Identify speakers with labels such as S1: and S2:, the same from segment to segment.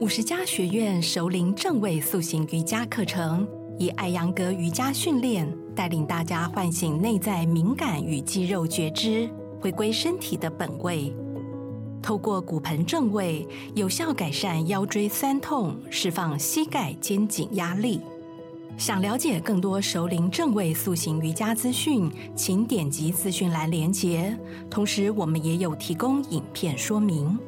S1: 五十家学院首领正位塑形瑜伽课程，以艾扬格瑜伽训练带领大家唤醒内在敏感与肌肉觉知，回归身体的本位。透过骨盆正位，有效改善腰椎酸痛，释放膝盖肩颈压力。想了解更多熟龄正位塑形瑜伽资讯，请点击资讯栏连结。同时，我们也有提供影片说明。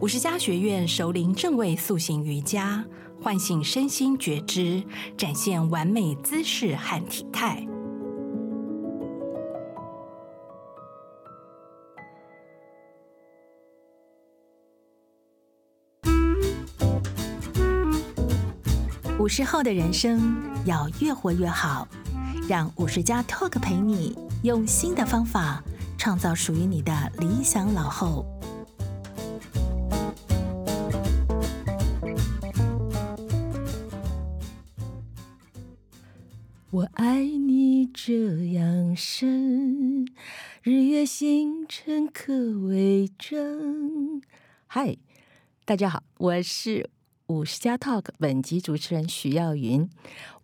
S1: 五十家学院熟龄正位塑形瑜伽，唤醒身心觉知，展现完美姿势和体态。五十后的人生要越活越好，让五十加 Talk 陪你用新的方法创造属于你的理想老后。
S2: 我爱你这样深，日月星辰可为证。嗨，大家好，我是五十加 Talk 本集主持人许耀云。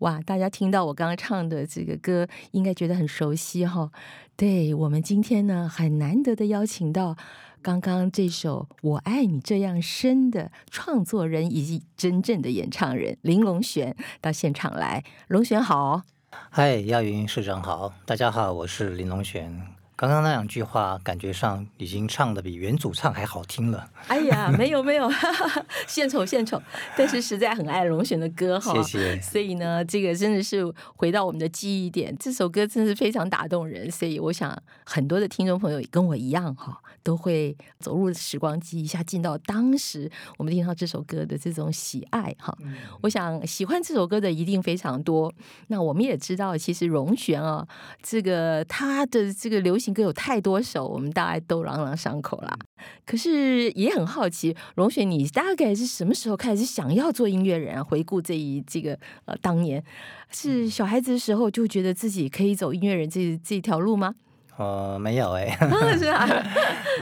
S2: 哇，大家听到我刚刚唱的这个歌，应该觉得很熟悉哈、对我们今天呢，很难得的邀请到刚刚这首《我爱你这样深》的创作人以及真正的演唱人林龙璇到现场来。龙璇好。
S3: 嗨，亚云市长好，大家好，我是林龙璇。刚刚那两句话，感觉上已经唱的比原主唱还好听了，
S2: 哎呀，没有没有， 哈哈哈，献丑献丑，但是实在很啊爱龙璇的歌哈。
S3: 谢谢。
S2: 所以呢，这个真的是回到我们的记忆点，这首歌真是非常打动人。所以我想，很多的听众朋友跟我一样哈，都会走入时光机，一下进到当时我们听到这首歌的这种喜爱哈。
S3: 嗯
S2: 我想喜欢这首歌的一定非常多。那我们也知道，其实容璇啊，这个他的这个流行歌有太多首，我们大概都朗朗上口啦。可是也很好奇，龙雪，你大概是什么时候开始想要做音乐人啊？回顾这一这个呃，当年
S3: 嗯
S2: 是小孩子的时候就觉得自己可以走音乐人这这条路 吗？
S3: 呃，没有哎、
S2: 啊，是啊，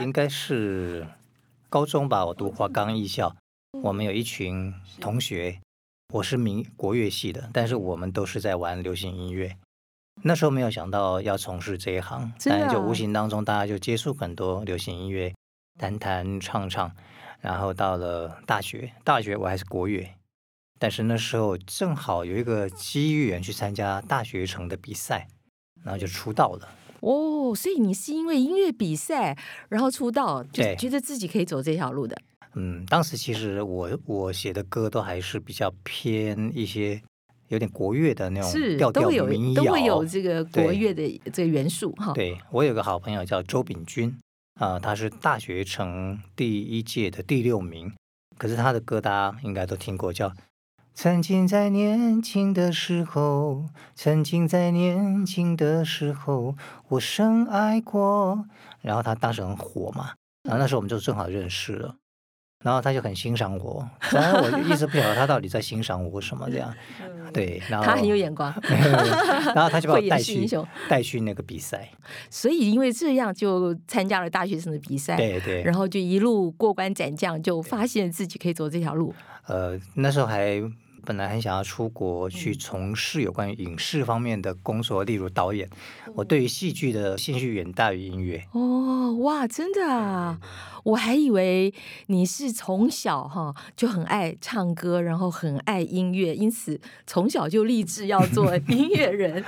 S3: 应该是高中吧，我读华冈艺校，我们有一群同学，我是民国乐系的，但是我们都是在玩流行音乐。那时候没有想到要从事这一行，
S2: 真的
S3: 但就
S2: 啊
S3: 无形当中大家就接触很多流行音乐，弹弹唱唱，然后到了大学，大学我还是国乐，但是那时候正好有一个机缘去参加大学城的比赛，然后就出道了。
S2: 哦，所以你是因为音乐比赛然后出道，就
S3: 对
S2: 觉得自己可以走这条路的。
S3: 嗯，当时其实我我写的歌都还是比较偏一些有点国乐的那
S2: 是
S3: 种调
S2: 都
S3: 调
S2: 会有
S3: 民谣，
S2: 都会有这个国
S3: 对
S2: 乐的这个元素哈。
S3: 对我有个好朋友叫周秉钧，啊、他是大学城第一届的第六名，可是他的歌大家应该都听过，叫《曾经在年轻的时候》，曾经在年轻的时候，我深爱过。然后他当时很火嘛，然后那时候我们就正好认识了。然后他就很欣赏我，当然我就一直不晓得他到底在欣赏我什么这样，对，然后
S2: 他很有眼光，
S3: 然后他就把
S2: 慧
S3: 我
S2: 眼
S3: 带
S2: 识英
S3: 去
S2: 雄
S3: 带去那个比赛，
S2: 所以因为这样就参加了大学生的比赛，
S3: 对对，
S2: 然后就一路过关斩将，就发现自己可以走这条路。
S3: 呃，那时候还本来很想要出国去
S2: 嗯
S3: 从事有关于影视方面的工作，例如导演。
S2: 嗯
S3: 我对于戏剧的兴趣远大于音乐。
S2: 哦，哇，真的啊！
S3: 嗯
S2: 我还以为你是从小哈就很爱唱歌，然后很爱音乐，因此从小就立志要做音乐 人。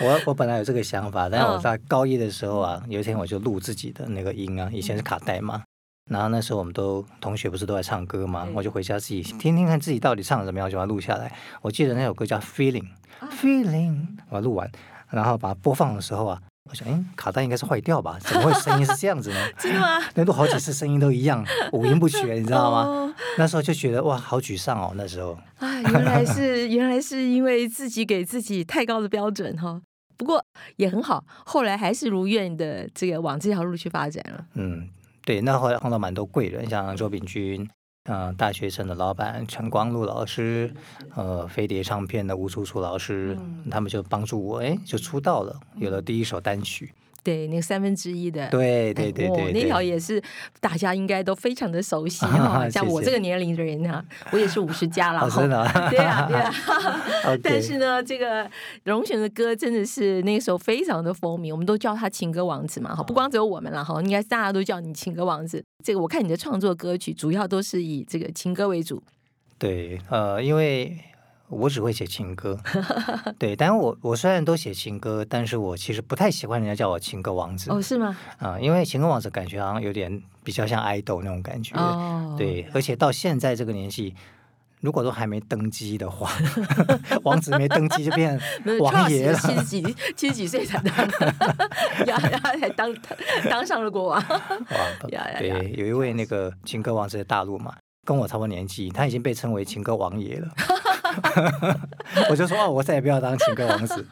S3: 我我本来有这个想法，但是我
S2: 嗯
S3: 在高一的时候啊，有一天我就录自己的那个音啊，以
S2: 嗯
S3: 前是卡带嘛。然后那时候我们都同学不是都在唱歌嘛
S2: 对，
S3: 我就回家自己听听看自己到底唱得怎么样，我就把它录下来。我记得那首歌叫《Feeling》，Feeling，我把它录完，然后把它播放的时候啊，我想，哎，卡带应该是坏掉吧？怎么会声音是这样子呢？
S2: 真的吗？
S3: 那录好几次声音都一 样，五音不全，你知道吗？
S2: 哦
S3: 那时候就觉得哇，好沮丧哦。那时候，
S2: 啊，原来是 原来是因为自己给自己太高的标准哈。不过也很好，后来还是如愿的这个往这条路去发展了。
S3: 嗯，对，那后来碰到蛮多贵人，像周秉钧，嗯、大学生的老板陈光禄老师，呃，飞碟唱
S2: 嗯
S3: 片的吴楚楚老师，他们就帮助我，哎，就出道了，有了第一首单曲。
S2: 对，那个三分之一的，
S3: 对
S2: 哎
S3: 对对
S2: 哦
S3: 对
S2: 那条
S3: 对，
S2: 也是大家应该都非常的熟悉
S3: 谢
S2: 哈。
S3: 谢
S2: 像我这个年龄的人呢，我也是五十加了
S3: 老
S2: 哈
S3: 师。呢？
S2: 对啊，对 啊。
S3: OK
S2: 但是呢，这个荣璇的歌真的是那个时候非常的风靡，我们都叫他情歌王子嘛，哈，不光只有我们了哈，应该大家都叫你情歌王子。这个我看你的创作歌曲主要都是以这个情歌为主，
S3: 对，呃，因为我只会写情 歌，对，但我我虽然都写情歌，但是我其实不太喜欢人家叫我情歌王子啊、
S2: 哦，是吗？
S3: 因为情歌王子感觉好像有点比较像爱豆那种感觉，
S2: 哦，，
S3: 对，而且到现在这个年纪。如果都还没登基的话， 王子没登基就变
S2: 没有
S3: 王爷了。
S2: 七十几七十几岁才当， 呀呀，才当当上了国王。
S3: 哇，
S2: 呀呀呀
S3: 对，有一位那个情歌王子的大陆嘛，跟我差不多年纪，他已经被称为情歌王 爷了。 我就说哦，我再也不要当情歌王子。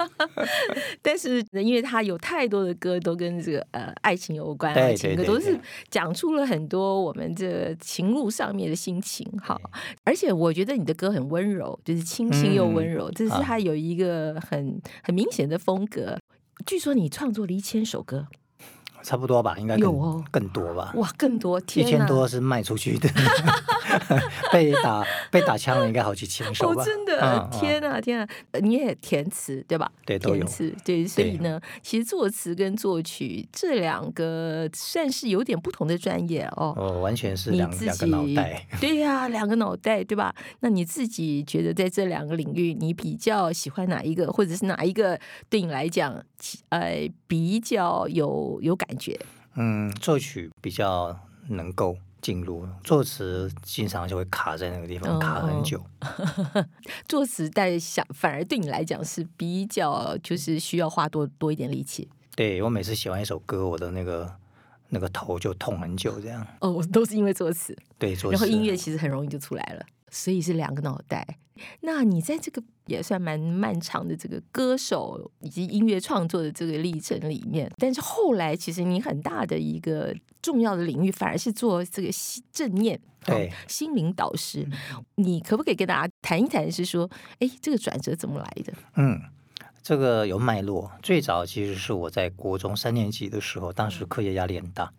S2: 但是因为他有太多的歌都跟这个呃爱情有关、啊，
S3: 对
S2: 情歌
S3: 对对
S2: 都是
S3: 对
S2: 讲出了很多我们这个情路上面的心情哈。而且我觉得你的歌很温柔，就是清新又温柔，这是
S3: 啊
S2: 他有一个很很明显的风格。据说你创作了一千首歌，
S3: 差不多吧，应该更
S2: 有哦
S3: 更多吧，
S2: 哇，更多，
S3: 啊一
S2: 天
S3: 千
S2: 呐！
S3: 多是卖出去的， 被打被打枪了应该好几千首
S2: 哦
S3: 吧，，
S2: 真的，
S3: 嗯
S2: 天啊，天啊！呃你也填词对吧？
S3: 对都有
S2: 填词对，所以呢，其实作词跟作曲这两个算是有点不同的专业哦。
S3: 哦，完全是
S2: 你
S3: 两
S2: 自
S3: 两个
S2: 己
S3: 脑袋。
S2: 对呀、两个脑袋对吧？那你自己觉得在这两个领域，你比较喜欢哪一个，或者是哪一个对你来讲，其呃，比较有有感觉？
S3: 嗯，作曲比较能够进入，作词经常就会卡在那个地
S2: 嗯
S3: 方，卡很
S2: 嗯
S3: 久。
S2: 作词但想反而对你来讲是比较就是需要花多多一点力气
S3: 对我每次写完一首歌，我的那个那个头就痛很久，这样。
S2: 哦，都是因为作词。
S3: 对，作
S2: 然后
S3: 词
S2: 音乐其实很容易就出来了，所以是两个脑袋。那你在这个也算蛮漫长的这个歌手以及音乐创作的这个历程里面，但是后来其实你很大的一个重要的领域，反而是做这个心正念，
S3: 对
S2: 哦心灵导师。你可不可以跟大家谈一谈，是说，哎，这个转折怎么来的？
S3: 嗯，这个有脉络。最早其实是我在国中三年级的时候，当时课业压力很大，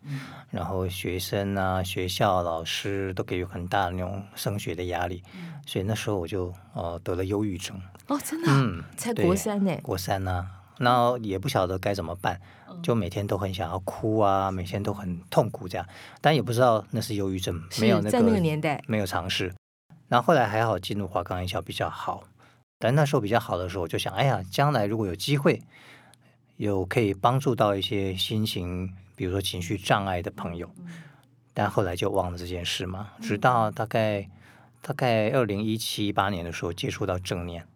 S3: 然后学生啊、学校老师都给予很大的那种升学的压力，所以那时候我就呃得了忧郁症。
S2: 哦，真的啊、
S3: 嗯，
S2: 才
S3: 对
S2: 国三呢、
S3: 国三呢、然后
S2: 嗯
S3: 也不晓得该怎么办，就每天都很想要哭啊，每天都很痛苦这样，但也不知道那是忧郁症，
S2: 是
S3: 没有那个
S2: 在那个年代
S3: 没有尝试。然后后来还好进入华冈艺校比较好，但那时候比较好的时候，我就想，哎呀，将来如果有机会，有可以帮助到一些心情，比如说情绪障碍的朋友，但后来就忘了这件事嘛，直
S2: 嗯
S3: 到大概大概二零一七一八年的时候接触到正念。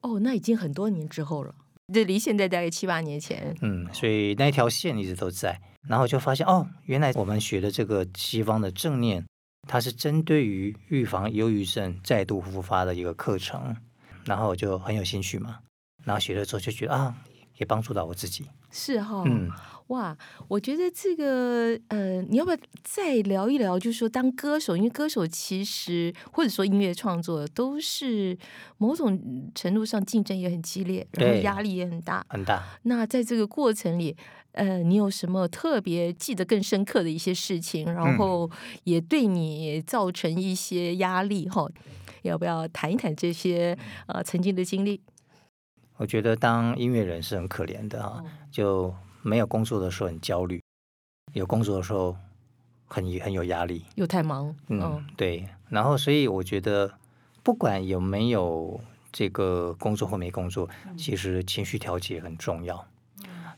S2: 哦，那已经很多年之后了，这离现在大概七八年前。
S3: 嗯，所以那条线一直都在。然后就发现哦，原来我们学的这个西方的正念，它是针对于预防忧郁症再度复发的一个课程。然后我就很有兴趣嘛，然后学了之后就觉得啊，也帮助到我自己。
S2: 是哈、
S3: 嗯，
S2: 哇，我觉得这个呃，你要不要再聊一聊？就是说，当歌手，因为歌手其实或者说音乐创作都是某种程度上竞争也很激烈，然后
S3: 对
S2: 压力也很大。
S3: 很大。
S2: 那在这个过程里，呃，你有什么特别记得更深刻的一些事情，然
S3: 嗯
S2: 后也对你造成一些压力哈？要不要谈一谈这些呃曾经的经历？
S3: 我觉得当音乐人是很可怜的啊，就没有工作的时候很焦虑，有工作的时候很很有压力。
S2: 又太忙，哦
S3: 嗯，对。然后，所以我觉得，不管有没有这个工作或没工作，
S2: 嗯
S3: 其实情绪调节很重要。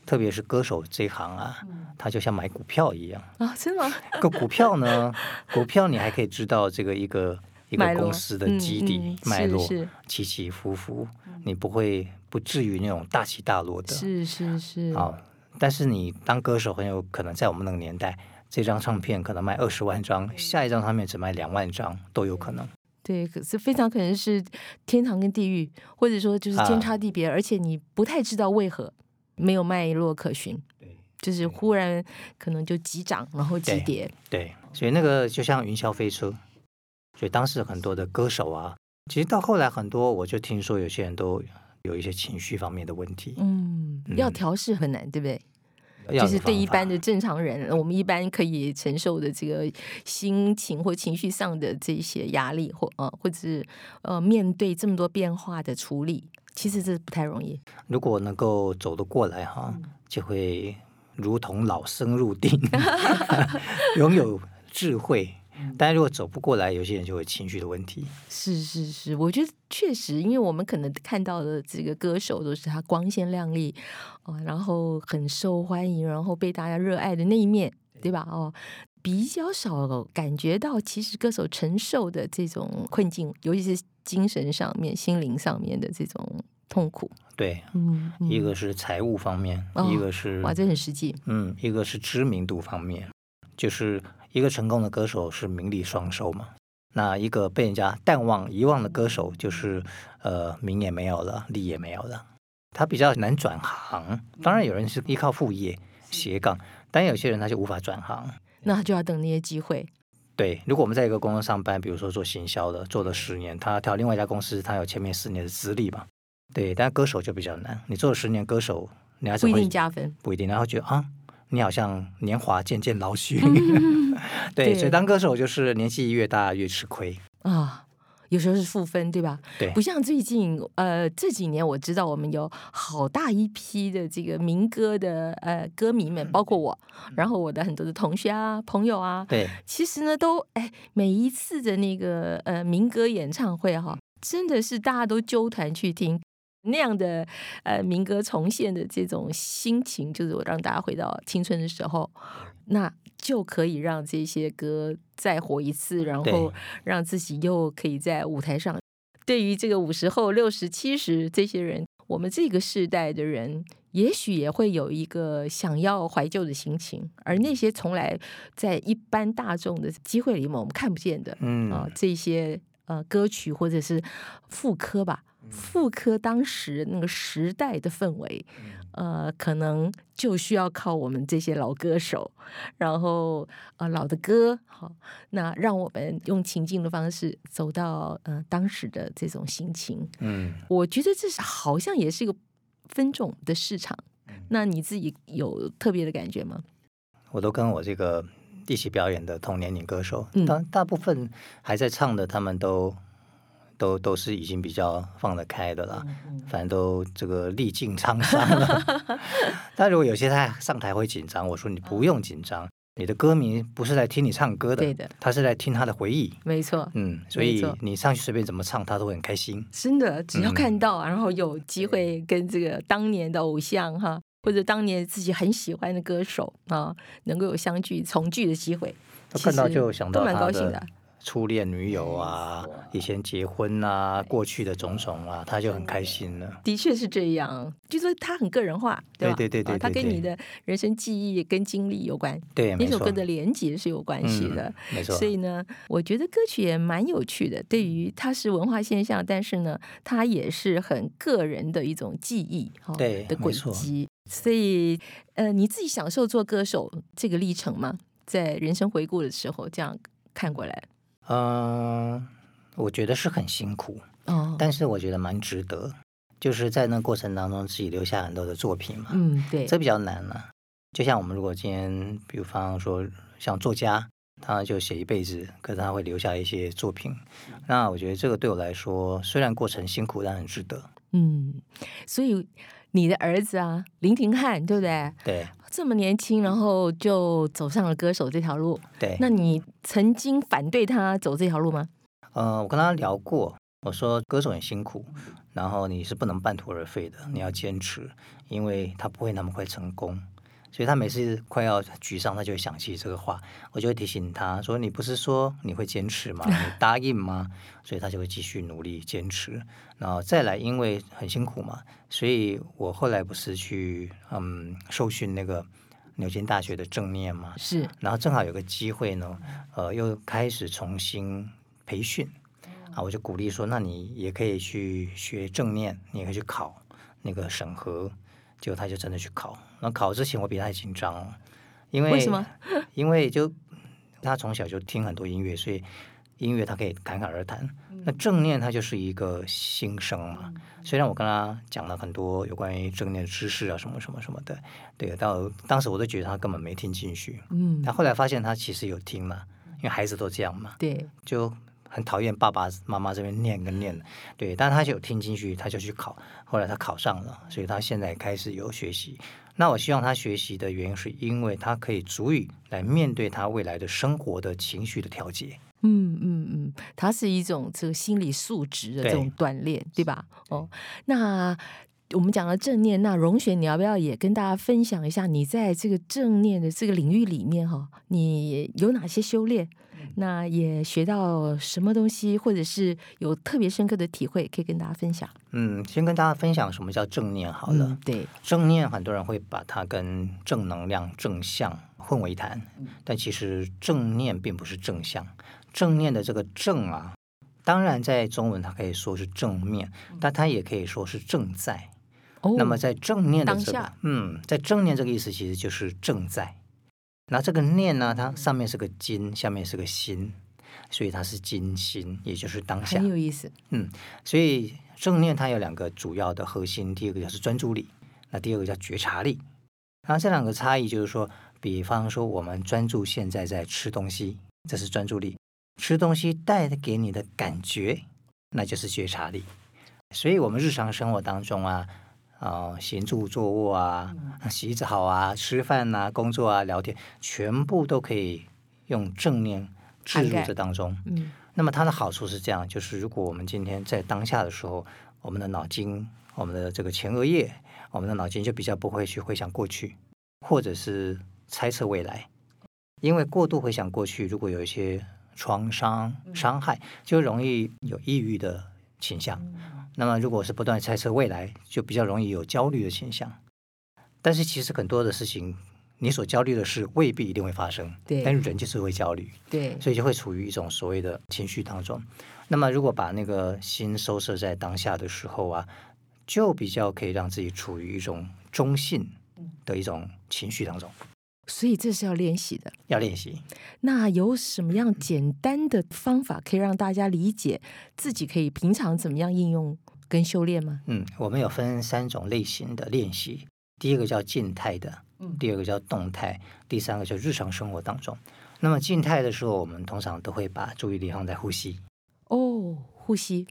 S3: 特别是歌手这一行啊，
S2: 嗯
S3: 它就像买股票一 样。
S2: 啊，真的吗？
S3: 个股票呢，股票你还可以知道这个一个一
S2: 脉
S3: 个
S2: 络
S3: 公司的
S2: 嗯
S3: 基
S2: 嗯
S3: 底
S2: 是
S3: 脉络
S2: 是，嗯
S3: 起起伏伏，你不会不至于那种大起大落的。
S2: 是是是，
S3: 好，但是你当歌手很有可能在我们那个年代，这张唱片可能卖二十万张，下一张唱片只卖两万张都有可能。
S2: 对，可是非常可能是天堂跟地狱，或者说就是天
S3: 啊
S2: 差地别，而且你不太知道为何没有脉络可循，就是忽然可能就急涨，然后急
S3: 嗯对
S2: 跌，
S3: 对，所以那个就像云霄飞车，所以当时很多的歌手啊，其实到后来很多我就听说有些人都有一些情绪方面的问题，
S2: 嗯，要
S3: 嗯
S2: 调试很难，对不对？
S3: 要
S2: 就
S3: 有
S2: 是对一
S3: 方法
S2: 般的正常人，我们一般可以承受的这个心情或情绪上的这些压力，或呃，或者是呃，面对这么多变化的处理，其实这不太容易。
S3: 如果能够走得过来哈，
S2: 嗯
S3: 就会如同老僧入 定，拥有智慧。
S2: 嗯
S3: 但如果走不过来，有些人就有情绪的问题。
S2: 是是是，我觉得确实，因为我们可能看到的这个歌手都是他光鲜亮丽，哦，然后很受欢迎，然后被大家热爱的那一面，对吧？哦，比较少感觉到其实歌手承受的这种困境，尤其是精神上面、心灵上面的这种痛苦。
S3: 对，
S2: 嗯，嗯
S3: 一个是财务方面，
S2: 哦
S3: 一个是
S2: 哇，这很实际。
S3: 嗯，一个是知名度方面，就是一个成功的歌手是名利双收嘛。那一个被人家淡忘、遗忘的歌手，就是呃，名也没有了，利也没有了，他比较难转行。当然，有人是依靠副业斜杠，但有些人他就无法转行。
S2: 那就要等那些机会，
S3: 对，如果我们在一个公司上班，比如说做行销的，做了十年，他跳另外一家公司，他有前面四年的资历嘛？对，但歌手就比较难。你做了十年歌手，你还是
S2: 不
S3: 会
S2: 一定加分。
S3: 不一定，然后觉得啊，你好像年华渐渐老去。 对，
S2: 嗯对
S3: 所以当歌手就是年纪越大越吃亏。
S2: 啊，有时候是负分，对吧？
S3: 对
S2: 不像最近呃这几年，我知道我们有好大一批的这个民歌的呃歌迷
S3: 嗯
S2: 们，包括我，然后我的很多的同学啊、朋友啊，
S3: 对，
S2: 其实呢都哎每一次的那个呃民歌演唱会哈、真的是大家都纠团去听。那样的呃民歌重现的这种心情，就是我让大家回到青春的时候，那就可以让这些歌再火一次，然后
S3: 对
S2: 让自己又可以在舞台上。对于这个五十后、六十、七十这些人，我们这个世代的人，也许也会有一个想要怀旧的心情，而那些从来在一般大众的机会里面我们看不见的，
S3: 嗯，
S2: 啊、这些呃歌曲或者是副科吧，
S3: 嗯
S2: 副科当时那个时代的氛围，呃，可能就需要靠我们这些老歌手，然后呃老的歌，好，那让我们用情境的方式走到呃当时的这种心情，
S3: 嗯，
S2: 我觉得这是好像也是一个分种的市场。
S3: 嗯
S2: 那你自己有特别的感觉吗？
S3: 我都跟我这个一起表演的同年龄歌手
S2: 嗯，
S3: 当、大部分还在唱的，他们都都都是已经比较放得开的啦，
S2: 嗯
S3: 反正都这个历尽沧桑 了。但如果有些他上台会紧张，我说你不用紧张，你的歌迷不是来听你唱歌的，
S2: 对的
S3: 他是来听他的回忆。
S2: 没错，
S3: 嗯，所
S2: 没
S3: 以
S2: 错
S3: 你上去随便怎么唱，他都会很开心。
S2: 真的，只要
S3: 嗯
S2: 看到，啊然后有机会跟这个当年的偶像哈，或者当年自己很喜欢的歌手啊，能够有相聚重聚的机会，
S3: 他看到
S2: 其实
S3: 就想
S2: 都
S3: 到
S2: 蛮
S3: 他
S2: 高兴的
S3: 的。初恋女友啊，以前结婚啊，过去的种种啊，他就很开心了。
S2: 的确是这样，就说它很个人化，吧？
S3: 对对对对
S2: 啊它
S3: 对
S2: 跟你
S3: 对
S2: 的人生记忆跟经历有关，
S3: 对，
S2: 那
S3: 没
S2: 首
S3: 错嗯
S2: 歌，的连结是有关系的。
S3: 没错
S2: 所。以呢，我觉得歌曲也蛮有趣的。
S3: 嗯
S2: 对于它是文化现象，但是呢，它也是很个人的一种记忆哈、哦
S3: 对
S2: 的轨
S3: 没错
S2: 迹。所以，呃，你自己享受做歌手这个历程吗？在人生回顾的时候，这样看过来，
S3: 嗯、我觉得是很辛苦，
S2: 哦，
S3: 但是我觉得蛮值得，就是在那过程当中自己留下很多的作品嘛。
S2: 嗯，对，
S3: 这比较难了、就像我们如果今天，比方说像作家，他就写一辈子，可是他会留下一些作品。那我觉得这个对我来说，虽然过程辛苦，但很值得。
S2: 嗯，所以你的儿子啊，林廷汉，对不对？
S3: 对
S2: 这么年轻，然后就走上了歌手这条路。
S3: 对，
S2: 那你曾经反对他走这条路吗？
S3: 呃，我跟他聊过，我说歌手很辛苦，然后你是不能半途而废的，你要坚持，因为他不会那么快成功。所以他每次快要沮丧，他就会想起这个话，我就会提醒他说：“你不是说你会坚持吗？你答应吗？” 所以他就会继续努力坚持。然后再来，因为很辛苦嘛，所以我后来不是去嗯受训那个牛津大学的正念嘛，
S2: 是，
S3: 然后正好有个机会呢，呃，又开始重新培训啊，我就鼓励说，那你也可以去学正念，你也可以去考那个审核。结果他就真的去考，那考之前我比他还紧张哦，因为
S2: 为什么？
S3: 因为就他从小就听很多音乐，所以音乐它可以侃侃而谈，
S2: 嗯
S3: 那正念它就是一个心声嘛。虽然我跟他讲了很多有关于正念的知识啊，什么什么什么的，对，到当时我都觉得他根本没听进去。
S2: 嗯
S3: 但，后来发现他其实有听了，因为孩子都这样嘛，
S2: 对，
S3: 就很讨厌爸爸妈妈这边念跟念的，对，但他就有听进去，他就去考，后来他考上了，所以他现在开始有学习。那我希望他学习的原因，是因为他可以足以来面对他未来的生活的情绪的调节。
S2: 嗯嗯嗯，它是一种这个心理素质的这
S3: 对
S2: 种锻炼，对吧？哦，那我们讲了正念，那荣雪，你要不要也跟大家分享一下你在这个正念的这个领域里面哈、你有哪些修炼？
S3: 嗯
S2: 那也学到什么东西，或者是有特别深刻的体会，可以跟大家分享。
S3: 嗯，先跟大家分享什么叫正念好了。
S2: 嗯，对，
S3: 正念，很多人会把它跟正能量、正向混为一谈，
S2: 嗯
S3: 但其实正念并不是正向。正念的这个正啊，当然在中文它可以说是正面，但它也可以说是正在。
S2: 嗯哦，
S3: 那么在正念的
S2: 当
S3: 这个
S2: 下，
S3: 嗯，在正念这个意思其实就是正在。那这个念呢，它上面是个金，下面是个心，所以它是金心，也就是当下
S2: 很。有意思，
S3: 所以正念它有两个主要的核心，第一个就是专注力，那第二个叫觉察力。然后这两个差异就是说，比方说我们专注现在在吃东西，这是专注力；吃东西带给你的感觉，那就是觉察力。所以我们日常生活当中啊，呃，行住坐卧啊、洗澡啊、吃饭呐、工作啊、聊天，全部都可以用正念置入
S2: 涵盖
S3: 这当中。
S2: 嗯
S3: 那么它的好处是这样，就是如果我们今天在当下的时候，我们的脑筋、我们的这个前额叶、我们的脑筋就比较不会去回想过去，或者是猜测未来，因为过度回想过去，如果有一些创伤、伤害，就容易有抑郁的倾向。
S2: 嗯
S3: 那么如果是不断猜测未来，就比较容易有焦虑的倾向。但是其实很多的事情，你所焦虑的事未必一定会发生，
S2: 对
S3: 但是人就是会焦虑。
S2: 对，
S3: 所以就会处于一种所谓的情绪当中。那么，如果把那个心收摄在当下的时候啊，就比较可以让自己处于一种中性的一种情绪当中。
S2: 所以这是要练习的。
S3: 要练习，
S2: 那有什么样简单的方法可以让大家理解自己可以平常怎么样应用跟修炼吗？
S3: 嗯，我们有分三种类型的练习，第一个叫静态的，第二个叫动态，第三个叫日常生活当中。那么静态的时候，我们通常都会把注意力放在呼吸，
S2: 哦，呼吸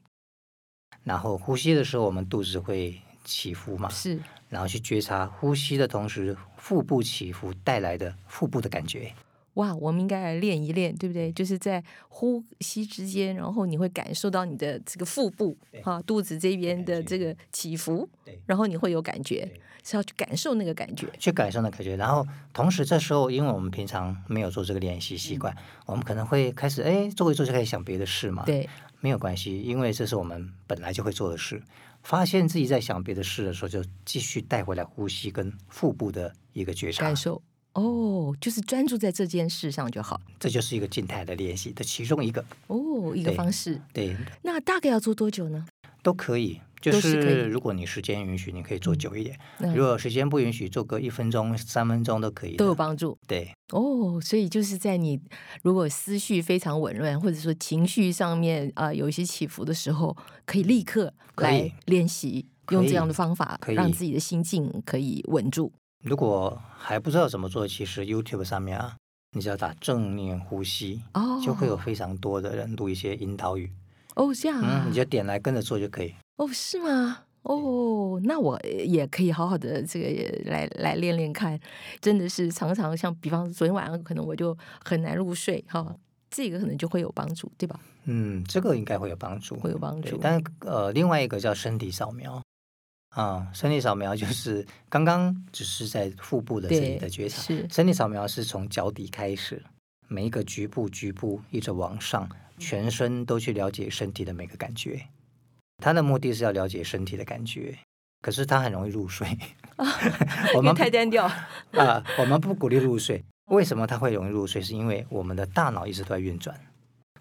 S3: 然后呼吸的时候，我们肚子会起伏嘛，
S2: 是
S3: 然后去觉察呼吸的同时，腹部起伏带来的腹部的感觉。
S2: 哇，我们应该来练一练，对不对？就是在呼吸之间，然后你会感受到你的这个腹部
S3: 对
S2: 啊、肚子这边的
S3: 感觉
S2: 这个起伏
S3: 对，
S2: 然后你会有感觉
S3: 对，
S2: 是要去感受那个感觉。
S3: 去感受那感觉，然后同时这时候，因为我们平常没有做这个练习习惯，我们可能会开始哎做一做就开始想别的事嘛。，
S2: 嗯对，
S3: 没有关系，因为这是我们本来就会做的事。发现自己在想别的事的时候，就继续带回来呼吸跟腹部的一个觉察
S2: 感，受哦，就是专注在这件事上就好。
S3: 这就是一个静态的练习的其中一个。
S2: 哦，一个
S3: 对
S2: 方式。
S3: 对，
S2: 那大概要做多久呢？
S3: 都可以。
S2: 嗯
S3: 就
S2: 都是可以
S3: 是如果你时间允许，你可以做久一点；
S2: 嗯
S3: 如果时间不允许，做个一分钟、三分钟都可以的。
S2: 都有帮助。
S3: 对
S2: 哦，所以就是在你如果思绪非常紊乱，或者说情绪上面啊、呃有一些起伏的时候，可以立刻
S3: 可以
S2: 来练习，
S3: 可以
S2: 用这样的方法
S3: 可以
S2: 让自己的心境可以稳住。
S3: 如果还不知道怎么做，其实 YouTube 上面啊，你只要打正念呼吸，
S2: 哦，
S3: 就会有非常多的人录一些引导语，
S2: 哦这样啊
S3: 嗯，你就点来跟着做就可以。
S2: 哦是吗？哦，那我也可以好好的这个来来练练看，真的是常常像，比方说昨天晚上可能我就很难入睡哈、这个可能就会有帮助，对吧？
S3: 嗯，这个应该会有帮助，
S2: 会有帮
S3: 对
S2: 助。
S3: 但呃，另外一个叫身体扫描。啊、身体扫描就是刚刚只是在腹部的这里的觉察，
S2: 是
S3: 身体扫描是从脚底开始，每一个局部、局部一直往上，全身都去了解身体的每个感觉。它的目的是要了解身体的感觉，可是它很容易入睡。 我
S2: 哦因为
S3: 们
S2: 太单调，
S3: 啊、我们不鼓励入睡。为什么它会容易入睡？是因为我们的大脑一直都在运转，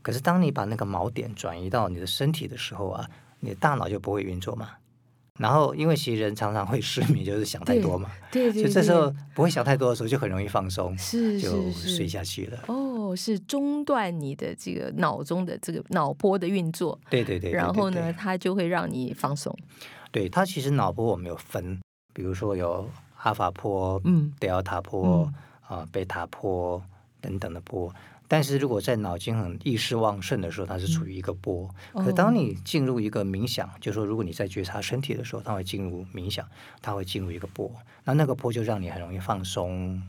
S3: 可是当你把那个锚点转移到你的身体的时候啊，你的大脑就不会运作嘛。然后，因为其实人常常会失眠，就是想太多嘛。
S2: 对对
S3: 所以
S2: 嗯对，
S3: 这时候不会想太多的时候，就很容易放松，
S2: 是是
S3: 就是睡下去了。
S2: 哦，药是中断你的这个脑中的这个脑波的运作，
S3: 对对对，对
S2: 然后
S3: 对
S2: 呢，
S3: 对
S2: 它就会让你放松。
S3: 对它其实脑波我们有分，比如说有阿法波、
S2: 嗯
S3: 德尔塔波
S2: 嗯、
S3: 啊贝塔波等等的波。但是如果在脑筋很意识旺盛的时候，它是
S2: 嗯
S3: 处于一个波。
S2: 哦
S3: 可是当你进入一个冥想，就是说如果你在觉察身体的时候，它会进入冥想，它会进入一个波。那那个波就让你很容易放松。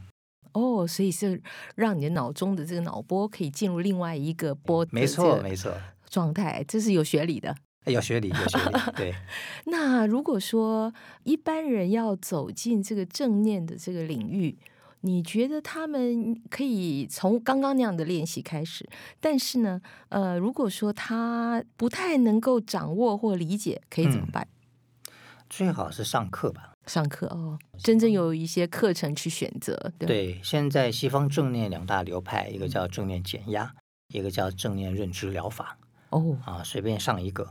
S2: 哦，所以是让你的脑中的这个脑波可以进入另外一个波，
S3: 没错，没错，
S2: 状态，这是有学理的。
S3: 哎有学理，有学 理，对。
S2: 那如果说一般人要走进这个正念的这个领域，你觉得他们可以从刚刚那样的练习开始？但是呢，呃，如果说他不太能够掌握或理解，可以怎么
S3: 嗯
S2: 办？
S3: 最好是上课吧。
S2: 上课哦，真正有一些课程去选择，对吧嗯
S3: 对，现在西方正念两大流派，一个叫正念减压，一个叫正念认知疗法
S2: 哦，
S3: 啊，随便上一个，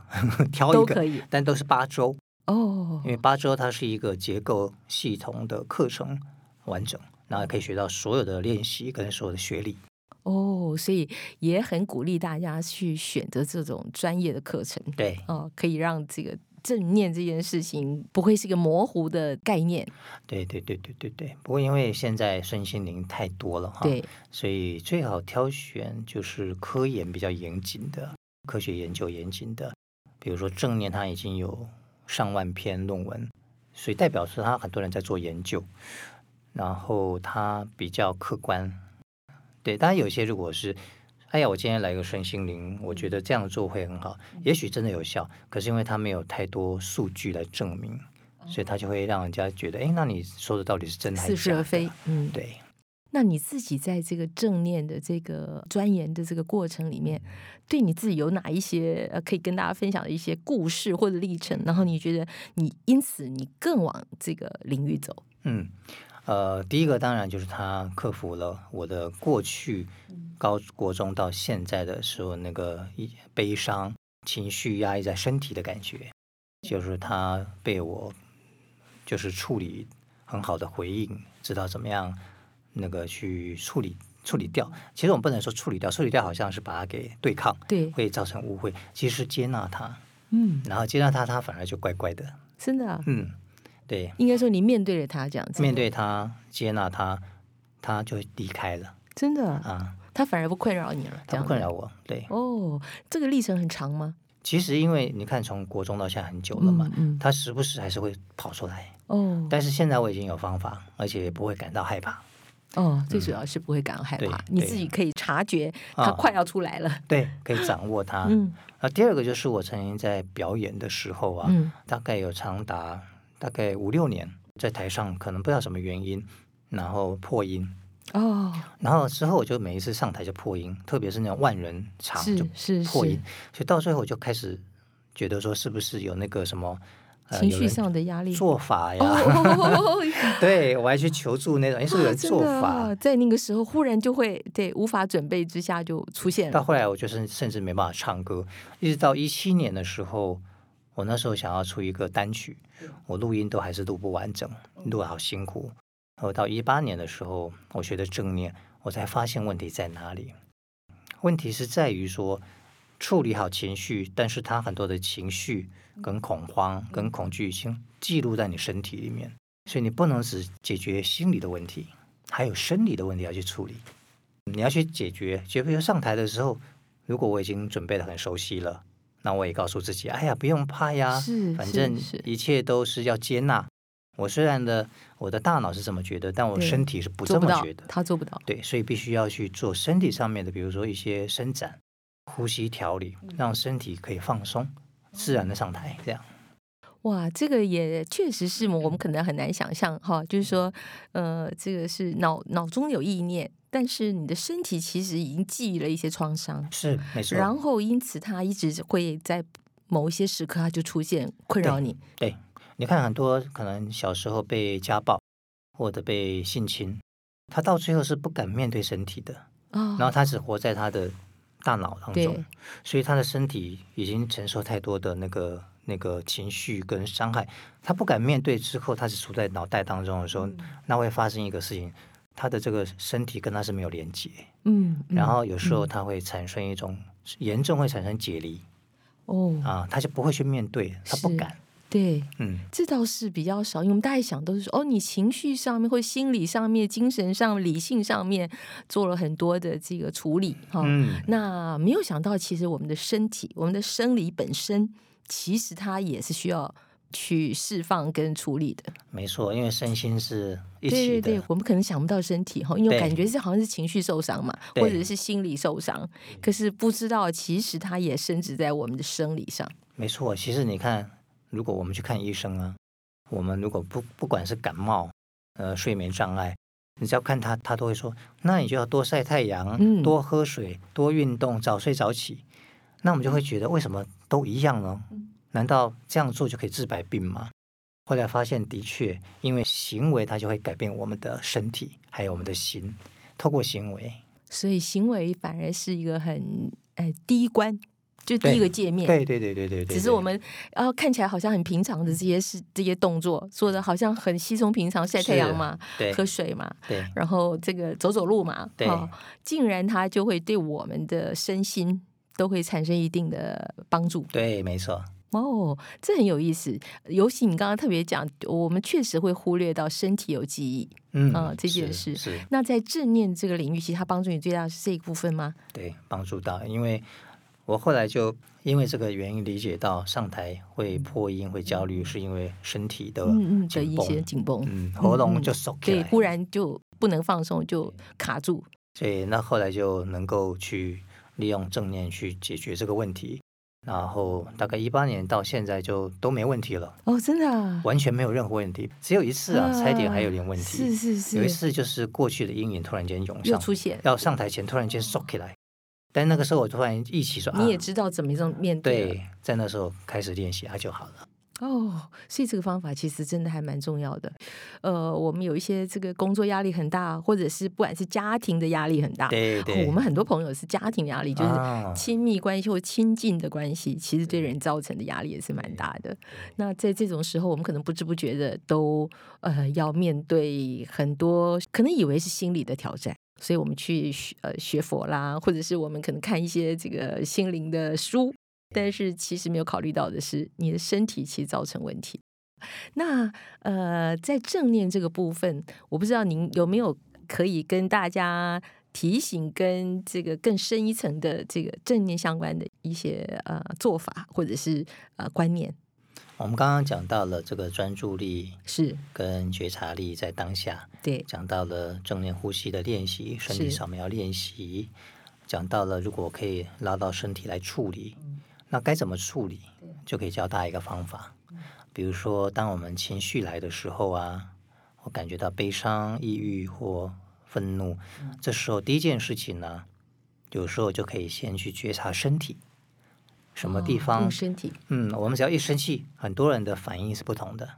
S3: 挑
S2: 都
S3: 一
S2: 可
S3: 个，嗯
S2: 以
S3: 但都是八周，
S2: 哦
S3: 因，为八周它是一个结构系统的课程完整，然后可以学到所有的练习跟所有的学历。
S2: 哦，所以也很鼓励大家去选择这种专业的课程
S3: 对
S2: 哦，可以让这个正念这件事情不会是一个模糊的概念。
S3: 对对对对对对。不过因为现在身心灵太多了哈，
S2: 对，
S3: 所以最好挑选就是科研比较严谨的、科学研究严谨的，比如说正念，它已经有上万篇论文，所以代表说它很多人在做研究，然后它比较客观。对，当然有些如果是，哎呀，我今天来个身心灵，我觉得这样做会很好，
S2: 嗯
S3: 也许真的有效，可是因为它没有太多数据来证明，
S2: 嗯
S3: 所以它就会让人家觉得，哎，那你说的到底是真还
S2: 似
S3: 是
S2: 是
S3: 假
S2: 而
S3: 的？
S2: 非。嗯，
S3: 对，
S2: 那你自己在这个正念的这个钻研的这个过程里
S3: 嗯
S2: 面，对你自己有哪一些呃可以跟大家分享的一些故事或者历程？然后你觉得你因此你更往这个领域走？
S3: 嗯，呃，第一个当然就是他克服了我的过去高国中到现在的时候那个一悲伤情绪压抑在身体的感觉，就是他被我就是处理很好的回应，知道怎么样那个去处理处理掉。其实我们不能说处理掉，处理掉好像是把它给对抗，
S2: 对，
S3: 会造成误会。其实是接纳他，
S2: 嗯，
S3: 然后接纳他，他反而就乖乖的。
S2: 真的啊、
S3: 嗯，对。
S2: 应该说你面对了他这样子，
S3: 面对他，接纳他，他就离开了
S2: 真的啊、
S3: 啊，
S2: 他反而不困扰你了，这
S3: 他
S2: 样子
S3: 不困扰我。对，
S2: 哦。这个历程很长吗？
S3: 其实因为你看，从国中到现在很久了嘛，
S2: 嗯嗯
S3: 他时不时还是会跑出来，
S2: 哦
S3: 但是现在我已经有方法，而且也不会感到害怕。
S2: 哦，最主要是不会感到害怕，
S3: 对
S2: 你
S3: 对
S2: 自己可以察觉
S3: 嗯啊
S2: 他快要出来了。
S3: 对，可以掌握它。
S2: 嗯
S3: 那第二个就是我曾经在表演的时候啊，
S2: 嗯
S3: 大概有长达大概五六年，在台上可能不知道什么原因，然后破音，
S2: 哦，
S3: 然后之后我就每一次上台就破音，特别是那种万人场就是
S2: 是
S3: 破音
S2: 是，，
S3: 所以到最后我就开始觉得说，是不是有那个什么、呃、
S2: 情
S3: 有
S2: 绪
S3: 人
S2: 上的压力。
S3: 做法
S2: 哦
S3: 呀？
S2: 哦，
S3: 对我还去求助那种，诶是不是有人
S2: 真
S3: 做
S2: 的
S3: 法？
S2: 啊，在那个时候忽然就会对无法准备之下就出现
S3: 到
S2: 了。
S3: 后来我就是甚至没办法唱歌，一直到一七年的时候，我那时候想要出一个单曲，我录音都还是录不完整，录得好辛苦。然后到一八年的时候，我学的正念，我才发现问题在哪里。问题是在于说处理好情绪，但是他很多的情绪跟恐慌、跟恐惧已经记录在你身体里面，所以你不能只解决心理的问题，还有生理的问题要去处理。你要去解决。就比如上台的时候，如果我已经准备的很熟悉了，那我也告诉自己，哎呀，不用怕呀，
S2: 是
S3: 反
S2: 是
S3: 正
S2: 是
S3: 一切都是要接纳。我虽然的我的大脑是这么觉得，但我
S2: 对
S3: 身体是不
S2: 做
S3: 这
S2: 不
S3: 么
S2: 到
S3: 觉得，。
S2: 他做不到。
S3: 对，所以必须要去做身体上面的，比如说一些伸展、呼吸调理，让身体可以放松，自然的上台。这样，
S2: 哇，这个也确实是我们可能很难想象哈，
S3: 嗯
S2: 就是说，呃，这个是脑脑中有意念，但是你的身体其实已经记忆了一些创伤，
S3: 是啊没错。
S2: 然后因此它一直会在某一些时刻它就出现困扰你。
S3: 对，你看很多可能小时候被家暴或者被性侵，他到最后是不敢面对身体的，
S2: 啊、
S3: 然后他只活在他的大脑当
S2: 对
S3: 中，所以他的身体已经承受太多的那个那个情绪跟
S2: 嗯
S3: 伤害，他不敢面对之后，他是处在脑袋当中的时候，那会发生一个事情，他的这个身体跟他是没有连接，
S2: 嗯，嗯
S3: 然后有时候
S2: 嗯
S3: 他会产生一种严重会产生解离
S2: 哦，
S3: 啊，他就不会去面对，他不
S2: 是
S3: 敢，
S2: 对，
S3: 嗯，
S2: 这倒是比较少，因为我们大家想都是说，哦，你情绪上面或心理上面、精神上、理性上面做了很多的这个处理哈。
S3: 嗯，
S2: 那没有想到，其实我们的身体、我们的生理本身，其实它也是需要去释放跟处理的。
S3: 没错，因为身心是一
S2: 对
S3: 起
S2: 对
S3: 的，
S2: 对，我们可能想不到身体哈，因为
S3: 对
S2: 感觉是好像是情绪受伤嘛，
S3: 对嗯
S2: 或者是心理受伤，可是不知道其实它也升值在我们的生理上。
S3: 没错。其实你看，如果我们去看医生啊，我们如果不不管是感冒，呃，睡眠障碍，你只要看他，他都会说，那你就要多晒太阳，
S2: 嗯
S3: 多喝水，多运动，早睡早起。那我们就会觉得，为什么都一样呢？
S2: 嗯
S3: 难道这样做就可以治百病吗？后来发现，的确，因为行为它就会改变我们的身体，还有我们的心，透过行为，
S2: 所以行为反而是一个很呃第一关，就第一
S3: 对
S2: 个界面。
S3: 对对对对对对，
S2: 只是
S3: 对
S2: 我们呃看起来好像很平常的这些事、这些动作做的好像很稀松平常，晒太阳嘛，
S3: 对
S2: 喝水嘛，
S3: 对
S2: 然后这个走走路嘛，
S3: 对
S2: 哦，竟然它就会对我们的身心都会产生一定的帮助。
S3: 对，没错。
S2: 哦，这很有意思。尤其你刚刚特别讲，我们确实会忽略到身体有记忆。
S3: 嗯
S2: 啊这件
S3: 是
S2: 事
S3: 是
S2: 那在正念这个领域，其实它帮助你最大的是这一部分吗？
S3: 对帮助到，因为我后来就因为这个原因理解到上台会破音、会焦虑，是因为身体的
S2: 嗯嗯嗯的
S3: 呃紧
S2: 一
S3: 绷
S2: 些紧绷，
S3: 嗯喉咙就缩起
S2: 对，
S3: 来，
S2: 忽然就不能放松，就卡住。
S3: 所以那后来就能够去利用正念去解决这个问题，然后大概一八年到现在就都没问题了，
S2: 哦，真的啊，
S3: 完全没有任何问题，只有一次啊，差一点还有点问
S2: 是
S3: 题，
S2: 是
S3: 有一
S2: 是，
S3: 次就是过去的阴影突然间涌
S2: 又
S3: 上，
S2: 出现。
S3: 要上台前突然间缩起来，但那个时候我突然一起说，
S2: 你也
S3: 啊
S2: 知道怎么样面对啊了
S3: 对，在那时候开始练习它啊就好了。
S2: 哦，所以这个方法其实真的还蛮重要的。呃，我们有一些这个工作压力很大，或者是不管是家庭的压力很大，
S3: 对
S2: 哦
S3: 对，
S2: 我们很多朋友是家庭压力，就是
S3: 啊
S2: 亲密关系或亲近的关系，其实对人造成的压力也是蛮大的。那在这种时候，我们可能不知不觉的都呃要面对很多，可能以为是心理的挑战。所以我们去学呃学佛啦，或者是我们可能看一些这个心灵的书，但是其实没有考虑到的是，你的身体其实造成问题。那呃，在正念这个部分，我不知道您有没有可以跟大家提醒跟这个更深一层的这个正念相关的一些呃做法或者是呃观念
S3: 我们刚刚讲到了这个专注力
S2: 是
S3: 跟觉察力在当下，
S2: 对
S3: 讲到了正念呼吸的练习、身体
S2: 是
S3: 扫描练习，讲到了如果可以拉到身体来处理，
S2: 嗯
S3: 那该怎么处理，就可以教大家一个方法。
S2: 嗯
S3: 比如说，当我们情绪来的时候啊，我感觉到悲伤、抑郁或愤怒，
S2: 嗯
S3: 这时候第一件事情呢，有时候就可以先去觉察身体，什么地
S2: 哦
S3: 方
S2: 用身体
S3: 嗯，我们只要一生气，很多人的反应是不同的。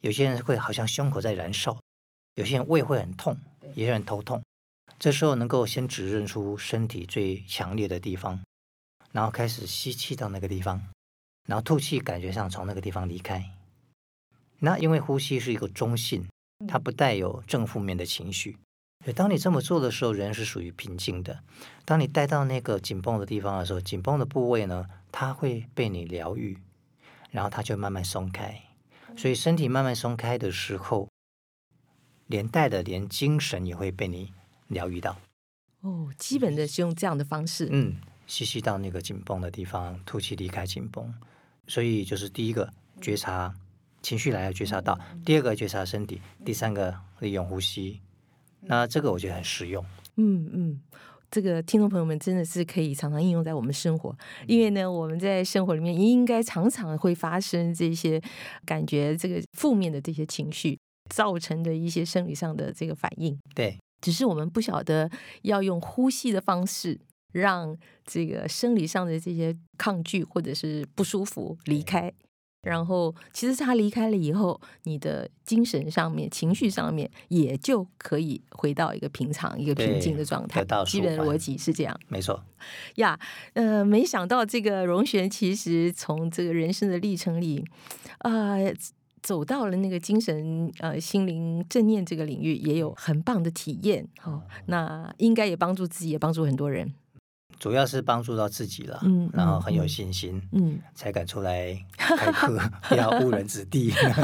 S3: 有些人会好像胸口在燃烧，有些人胃会很痛，有些人头痛。这时候能够先指认出身体最强烈的地方，然后开始吸气到那个地方，然后吐气，感觉上从那个地方离开。那因为呼吸是一个中性，它不带有正负面的情绪。所以当你这么做的时候，人是属于平静的。当你带到那个紧绷的地方的时候，紧绷的部位呢，它会被你疗愈，然后它就慢慢松开。所以身体慢慢松开的时候，连带的连精神也会被你疗愈到。
S2: 哦，基本的是用这样的方式，
S3: 嗯，吸气到那个紧绷的地方，吐气离开紧绷。所以就是第一个觉察情绪来要觉察到，第二个觉察身体，第三个利用呼吸。那这个我觉得很实用。
S2: 嗯嗯，这个听众朋友们真的是可以常常应用在我们生活，
S3: 嗯
S2: 因为呢，我们在生活里面应该常常会发生这些感觉这个负面的这些情绪造成的一些生理上的这个反应，
S3: 对，
S2: 只是我们不晓得要用呼吸的方式。让这个生理上的这些抗拒或者是不舒服离开，然后其实他离开了以后，你的精神上面、情绪上面也就可以回到一个平常、一个平静的
S3: 对
S2: 状态
S3: 得到。
S2: 基
S3: 舒
S2: 本的
S3: 缓
S2: 逻辑是这样。
S3: 没错。
S2: 呀呃，没想到这个荣璇其实从这个人生的历程里，呃，走到了那个精神呃心灵正念这个领域，也有很棒的体验。好、哦，那应该也帮助自己，也帮助很多人。
S3: 主要是帮助到自己了，
S2: 嗯
S3: 然后很有
S2: 嗯
S3: 信心，
S2: 嗯，
S3: 才敢出来开课， 不要误人子弟。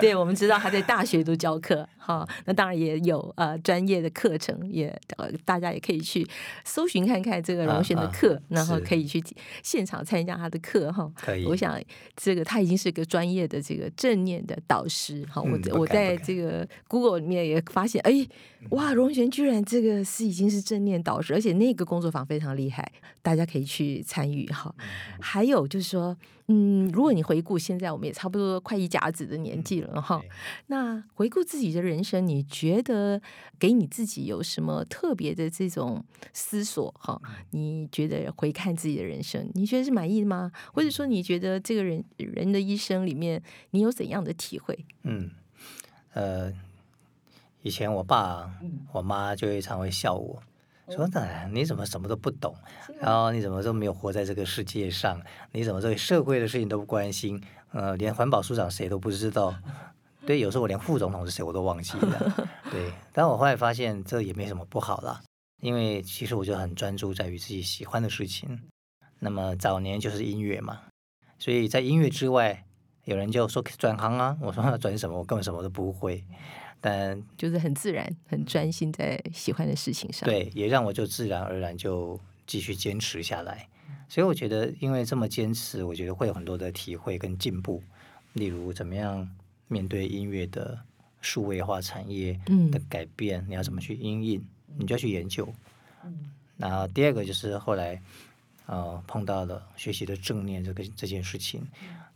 S2: 对，我们知道他在大学都教课，哈，那当然也有呃专业的课程，也呃大家也可以去搜寻看看这个荣选的
S3: 啊啊
S2: 课，然后
S3: 是
S2: 可以去现场参加他的课哈。
S3: 可以，
S2: 我想这个他已经是个专业的这个正念的导师哈。我
S3: 嗯
S2: 在
S3: 不
S2: 我在
S3: 敢不敢嗯
S2: 这个 Google 里面也发现，哎，哇，荣璇居然这个是已经是正念导师，而且那个工作坊非常厉害，大家可以去参与哈。还有就是说，嗯，如果你回顾现在我们也差不多快一甲子的年纪了哈
S3: 嗯对，
S2: 那回顾自己的人生，你觉得给你自己有什么特别的这种思索哈？
S3: 嗯
S2: 你觉得回看自己的人生，你觉得是满意的吗？或者说你觉得这个人人的一生里面，你有怎样的体会？
S3: 嗯，呃，以前我爸、我妈就会常会笑我，说：“哎，你怎么什么都不懂？然后你怎么都没有活在这个世界上？你怎么对社会的事情都不关心？呃，连环保署长谁都不知道。”对，有时候我连副总统是谁我都忘记了。对，但我后来发现这也没什么不好啦，因为其实我就很专注在于自己喜欢的事情。那么早年就是音乐嘛，所以在音乐之外，有人就说转行啊，我说转什么？我根本什么都不会。但
S2: 就是很自然、很专心在喜欢的事情上。，
S3: 对，也让我就自然而然就继续坚持下来。所以我觉得，因为这么坚持，我觉得会有很多的体会跟进步。例如，怎么样面对音乐的数位化产业
S2: 嗯
S3: 的改变，你要怎么去应应，你就要去研究。然后第二个就是后来，呃，碰到了学习的正念这个这件事情，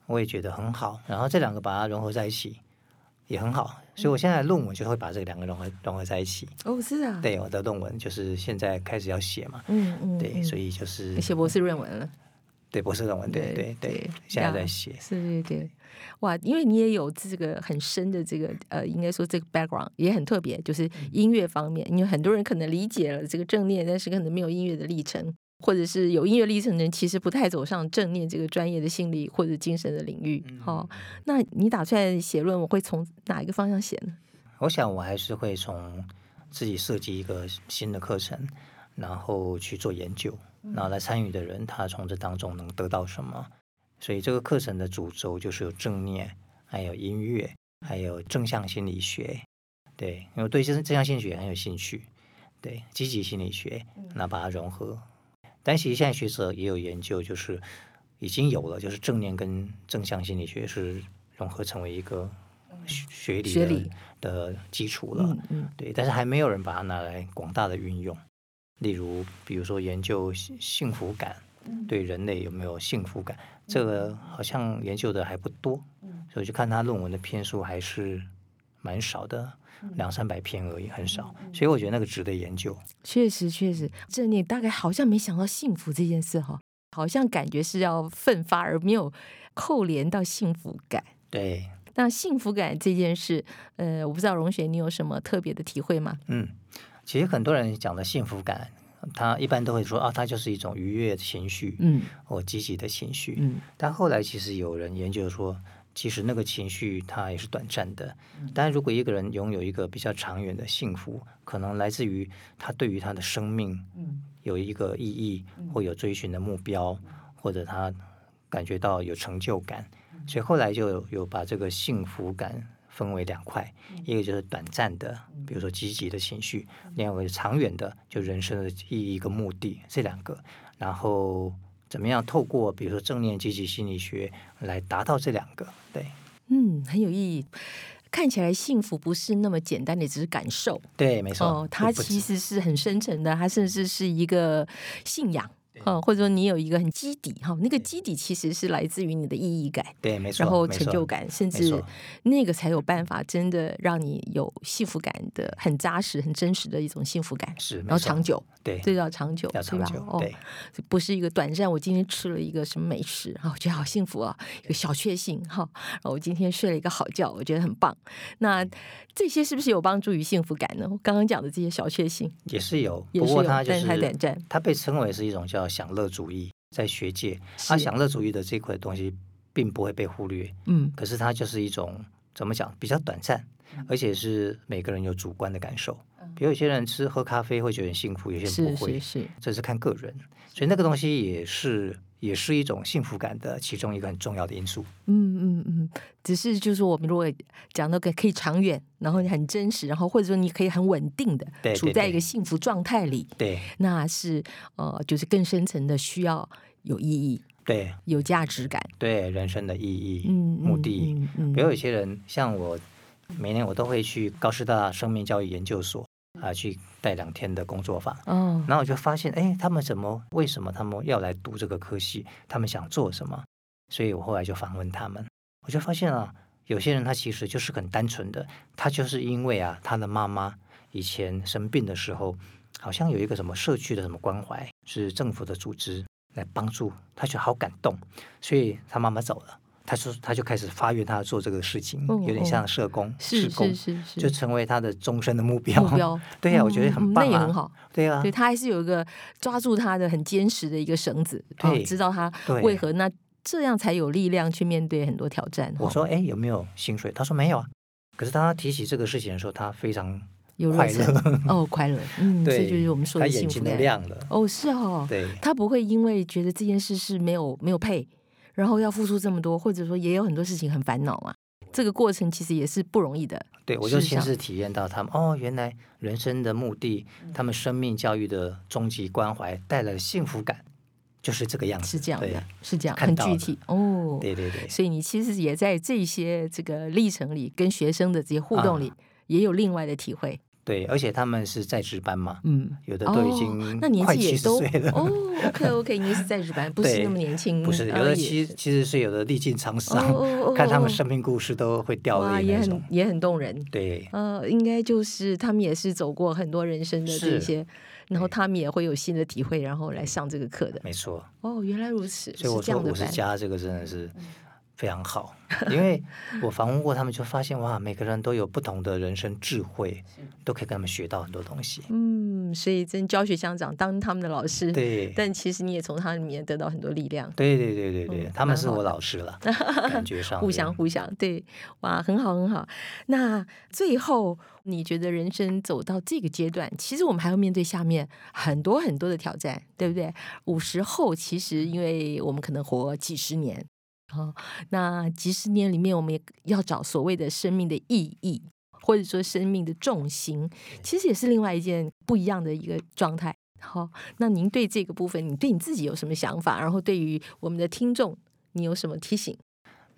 S3: 我也觉得很好。然后这两个把它融合在一起，也很好。所以我现在的论文就会把这两个融合融合在一起。
S2: 哦，是啊，，
S3: 对，我的论文就是现在开始要写嘛，
S2: 嗯嗯，
S3: 对，所
S2: 以
S3: 以就是
S2: 写博士论文了。
S3: 对博士论文，对对
S2: 对
S3: 对
S2: 对，
S3: 现在在
S2: 呀
S3: 写，
S2: 是，对对，哇，因为你也有这个很深的这个呃，应该说这个 background 也很特别，就是
S3: 嗯
S2: 音乐方面，因为很多人可能理解了这个正念，但是可能没有音乐的历程，或者是有音乐历程的人，其实不太走上正念这个专业的心理或者精神的领域。
S3: 嗯
S2: 哦，那你打算写论文会从哪一个方向写呢？
S3: 我想我还是会从自己设计一个新的课程，然后去做研究，然后来参与的人他从这当中能得到什么。所以这个课程的主轴就是有正念，还有音乐，还有正向心理学。对，因为我对正正向心理学很有兴趣，对积极心理学，那把它融合。但其实现在学者也有研究，就是已经有了，就是正念跟正向心理学是融合成为一个学学理
S2: 学
S3: 的
S2: 理
S3: 的基础了。
S2: 嗯嗯
S3: 对，但是还没有人把它拿来广大的运用。例如，比如说研究幸幸福感，
S2: 嗯
S3: 对人类有没有幸福感，这个好像研究的还不多，
S2: 嗯
S3: 所以就看他论文的篇数还是蛮少的，
S2: 嗯
S3: 两三百篇而已，很少。所以我觉得那个值得研究。
S2: 确实，确
S3: 嗯
S2: 实，正念大概好像没想到幸福这件事哈，好像感觉是要奋发而没有扣连到幸福感。
S3: 对，
S2: 那幸福感这件事，呃，我不知道荣雪你有什么特别的体会吗？
S3: 嗯，其实很多人讲的幸福感，他一般都会说啊，它就是一种愉悦的情绪，
S2: 嗯
S3: 或积极的情绪。
S2: 嗯
S3: 但后来其实有人研究说，其实那个情绪它也是短暂的。但如果一个人拥有一个比较长远的幸福，可能来自于他对于他的生命有一个意义，
S2: 嗯
S3: 或有追寻的目标，或者他感觉到有成就感。
S2: 嗯
S3: 所以后来就有有把这个幸福感分为两块，
S2: 嗯
S3: 一个就是短暂的，比如说积极的情绪；，另外一个是长远的，就人生的意义跟目的这两个。然后怎么样透过比如说正念积极心理学来达到这两个？对
S2: 嗯，很有意义。看起来幸福不是那么简单的，只是感受
S3: 对，没错。
S2: 哦，它
S3: 不
S2: 其
S3: 止
S2: 实是很深沉的，它甚至是一个信仰。哦，或者说你有一个很基底哈、那个基底其实是来自于你的意义感，
S3: 对，没错，
S2: 然后
S3: 没
S2: 成
S3: 错
S2: 就感，甚
S3: 没
S2: 至
S3: 错
S2: 那个才有办法真的让你有幸福感的、很扎实、很真实的一种幸福感，
S3: 是，
S2: 然
S3: 没
S2: 后
S3: 错
S2: 长久，
S3: 对
S2: 这叫长久，
S3: 要
S2: 对
S3: 长
S2: 吧？
S3: 久，
S2: 哦，
S3: 对
S2: 不是一个短暂，我今天吃了一个什么美食，啊，我觉得好幸福啊，有小确幸哈、然后我今天睡了一个好觉，我觉得很棒。
S3: 嗯
S2: 那这些是不是有帮助于幸福感呢？我刚刚讲的这些小确幸
S3: 也是有，
S2: 也
S3: 不
S2: 是
S3: 过
S2: 有，
S3: 它就
S2: 但
S3: 是
S2: 是它短暂。
S3: 它被称为是一种叫享乐主义，在学界，它
S2: 是
S3: 享乐主义的这块东西并不会被忽略，
S2: 嗯
S3: 可是它就是一种怎么讲，比较短暂，而且是每个人有主观的感受。比如有些人吃喝咖啡会觉得很幸福，有些人
S2: 嗯是
S3: 不会
S2: 是，是，
S3: 这是看个人。所以那个东西也是也是一种幸福感的其中一个很重要的因素。
S2: 嗯嗯嗯，只是就是我们如果讲到个可以长远，然后很真实，然后或者说你可以很稳定的
S3: 对
S2: 处
S3: 对
S2: 在
S3: 对
S2: 一个幸福状态里，
S3: 对
S2: 那是呃，就是更深层的需要有意义、
S3: 对
S2: 有价值感，
S3: 对，人生的意义、
S2: 嗯，
S3: 目的。
S2: 嗯嗯
S3: 比如有些人像我，每年我都会去高师大生命教育研究所啊、去带两天的工作坊。
S2: 嗯
S3: 然后我就发现，哎，他们怎么，为什么他们要来读这个科系？他们想做什么？所以我后来就访问他们，我就发现啊，有些人他其实就是很单纯的，他就是因为啊，他的妈妈以前生病的时候，好像有一个什么社区的什么关怀，是政府的组织来帮助，他觉得好感动，所以他妈妈走了，他说他就开始发愿，他要做这个事情，
S2: 哦
S3: 有点
S2: 哦
S3: 像社工、
S2: 是
S3: 社工
S2: 是，是是，
S3: 就成为他的终身的目标。
S2: 目标，
S3: 对呀、我觉
S2: 嗯
S3: 得
S2: 嗯
S3: 很
S2: 嗯
S3: 棒啊，
S2: 那也很好。
S3: 对啊，
S2: 对他还是有一个抓住他的很坚实的一个绳子，啊
S3: 对
S2: 知道他
S3: 对
S2: 为何那这样才有力量去面对很多挑战。
S3: 我
S2: 哈
S3: 说：“哎，有没有薪水？”他说：“没有啊。”可是当他提起这个事情的时候，他非常
S2: 有热
S3: 快
S2: 忱
S3: 乐，
S2: 哦，快乐，嗯，这
S3: 对，
S2: 就是我们说
S3: 他
S2: 的
S3: 眼
S2: 幸福
S3: 睛都
S2: 感。
S3: 亮了。
S2: 哦，是哦，
S3: 对
S2: 他不会因为觉得这件事是没有没有配，然后要付出这么多，或者说也有很多事情很烦恼嘛。这个过程其实也是不容易的。
S3: 对，我就是亲
S2: 像
S3: 自体验到他们哦，原来人生的目的，
S2: 嗯
S3: 他们生命教育的终极关怀带来的幸福感，就是这个样子。
S2: 是这样
S3: 对
S2: 的，是这样，
S3: 看
S2: 很
S3: 到
S2: 具
S3: 了
S2: 体哦。
S3: 对对对，
S2: 所以你其实也在这些这个历程里，跟学生的这些互动
S3: 啊
S2: 里，也有另外的体会。
S3: 对，而且他们是在职班嘛，
S2: 嗯，
S3: 有的都已
S2: 哦
S3: 经、
S2: 那年
S3: 快
S2: 纪
S3: 七
S2: 也
S3: 十
S2: 都
S3: 岁了。
S2: 哦，OK OK，你是在日班，不是
S3: 对
S2: 那么年轻，
S3: 不是，有
S2: 呃也
S3: 的七七十岁，有的历尽沧桑，
S2: 哦哦哦
S3: 看他
S2: 哦
S3: 们生命故事都会掉
S2: 哇，
S3: 泪
S2: 也
S3: 那
S2: 很
S3: 种。
S2: 也很动人。
S3: 对，
S2: 呃，应该就是他们也是走过很多人生的这
S3: 是
S2: 些，然后
S3: 对
S2: 他们也会有新的体会，然后来上这个课的。
S3: 没错。
S2: 哦，原来如此，
S3: 所以我
S2: 是这
S3: 说
S2: 样的嗯
S3: 五十
S2: 班。
S3: 加这个真的是非常好，因为我访问过他们，就发现哇，每个人都有不同的人生智慧，都可以跟他们学到很多东西。
S2: 嗯，所以真教学相长，当他们的老师，
S3: 对，对
S2: 但其实你也从他里面得到很多力量。
S3: 对对对对，
S2: 嗯
S3: 他们
S2: 蛮
S3: 是
S2: 好
S3: 我
S2: 的
S3: 老师 了，感觉上
S2: 互
S3: 是
S2: 相互相，对，哇，很好很好。那最后，你觉得人生走到这个阶段，其实我们还要面对下面很多很多的挑战，对不对？五十后，其实因为我们可能活几十年，哦，那几十年里面，我们也要找所谓的生命的意义，或者说生命的重心，其实也是另外一件不一样的一个状态。好，那您对这个部分，你对你自己有什么想法？然后对于我们的听众，你有什么提醒？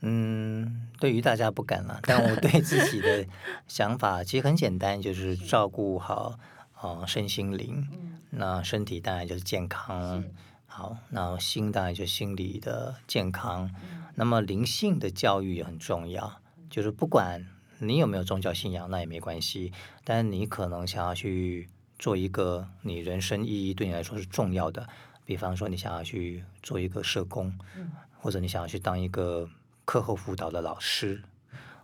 S3: 嗯，对于大家不敢了，但我对自己的想法其实很简单，就是照顾好呃身心灵，那身体当然就是健康，好，那心当然就是心理的健康，那么灵性的教育也很重要，就是不管你有没有宗教信仰，那也没关系，但你可能想要去做一个你人生意义对你来说是重要的，比方说你想要去做一个社工，或者你想要去当一个课后辅导的老师，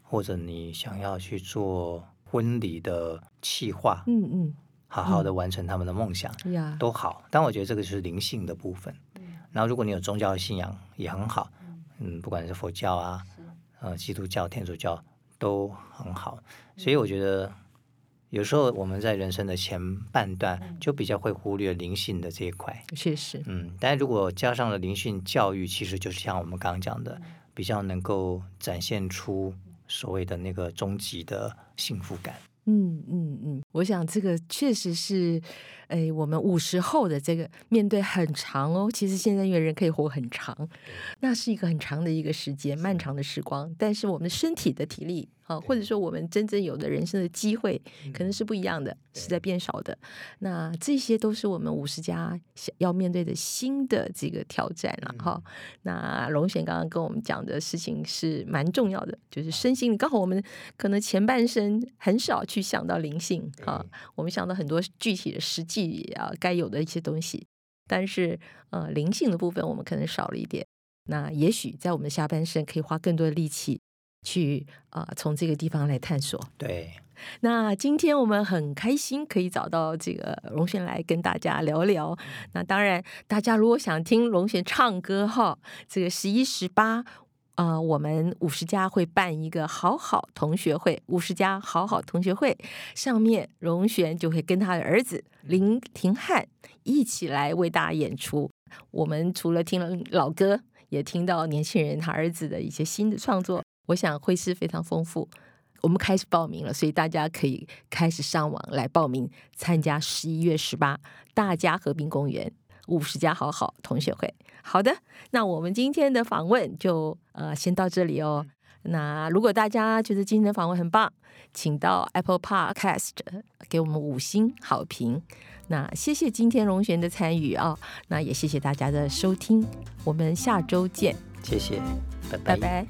S3: 或者你想要去做婚礼的企划，
S2: 嗯嗯。
S3: 好好的完成他们的梦想，
S2: 呀，
S3: 都好。但我觉得这个是灵性的部分。然后，如果你有宗教信仰也很好，嗯，不管是佛教啊，呃，基督教、天主教都很好。所以我觉得。有时候我们在人生的前半
S2: 嗯
S3: 段就比较会忽略灵性的这一块，
S2: 确实，
S3: 嗯，但如果加上了灵性教育，其实就是像我们刚刚讲的，
S2: 嗯
S3: 比较能够展现出所谓的那个终极的幸福感。
S2: 嗯嗯嗯，我想这个确实是，哎，我们五十后的这个面对很长哦，其实现在因为人可以活很长，那是一个很长的一个时间，漫长的时光，但是我们的身体的体力啊，或者说我们真正有的人生的机会，
S3: 嗯
S2: 可能是不一样的，是在变少的。那这些都是我们五十加想要面对的新的这个挑战了哈、那龙璇刚刚跟我们讲的事情是蛮重要的，就是身心灵。刚好我们可能前半生很少去想到灵性
S3: 嗯
S2: 啊，我们想到很多具体的实际啊该有的一些东西，但是呃灵性的部分我们可能少了一点。那也许在我们下半生可以花更多的力气去啊、呃从这个地方来探索。
S3: 对，
S2: 那今天我们很开心可以找到这个龙璇来跟大家聊聊。那当然，大家如果想听龙璇唱歌哈，这个十一十八。啊、呃，我们五十家会办一个好好同学会，五十家好好同学会上面，荣璇就会跟他的儿子林廷汉一起来为大家演出。我们除了听了老歌，也听到年轻人他儿子的一些新的创作，我想会是非常丰富。我们开始报名了，所以大家可以开始上网来报名参加十一月十八大家和平公园五十家好好同学会。好的，那我们今天的访问就呃先到这里哦。那如果大家觉得今天的访问很棒，请到 Apple Podcast 给我们五星好评。那谢谢今天荣璇的参与啊、那也谢谢大家的收听，我们下周见，
S3: 谢谢，
S2: 拜拜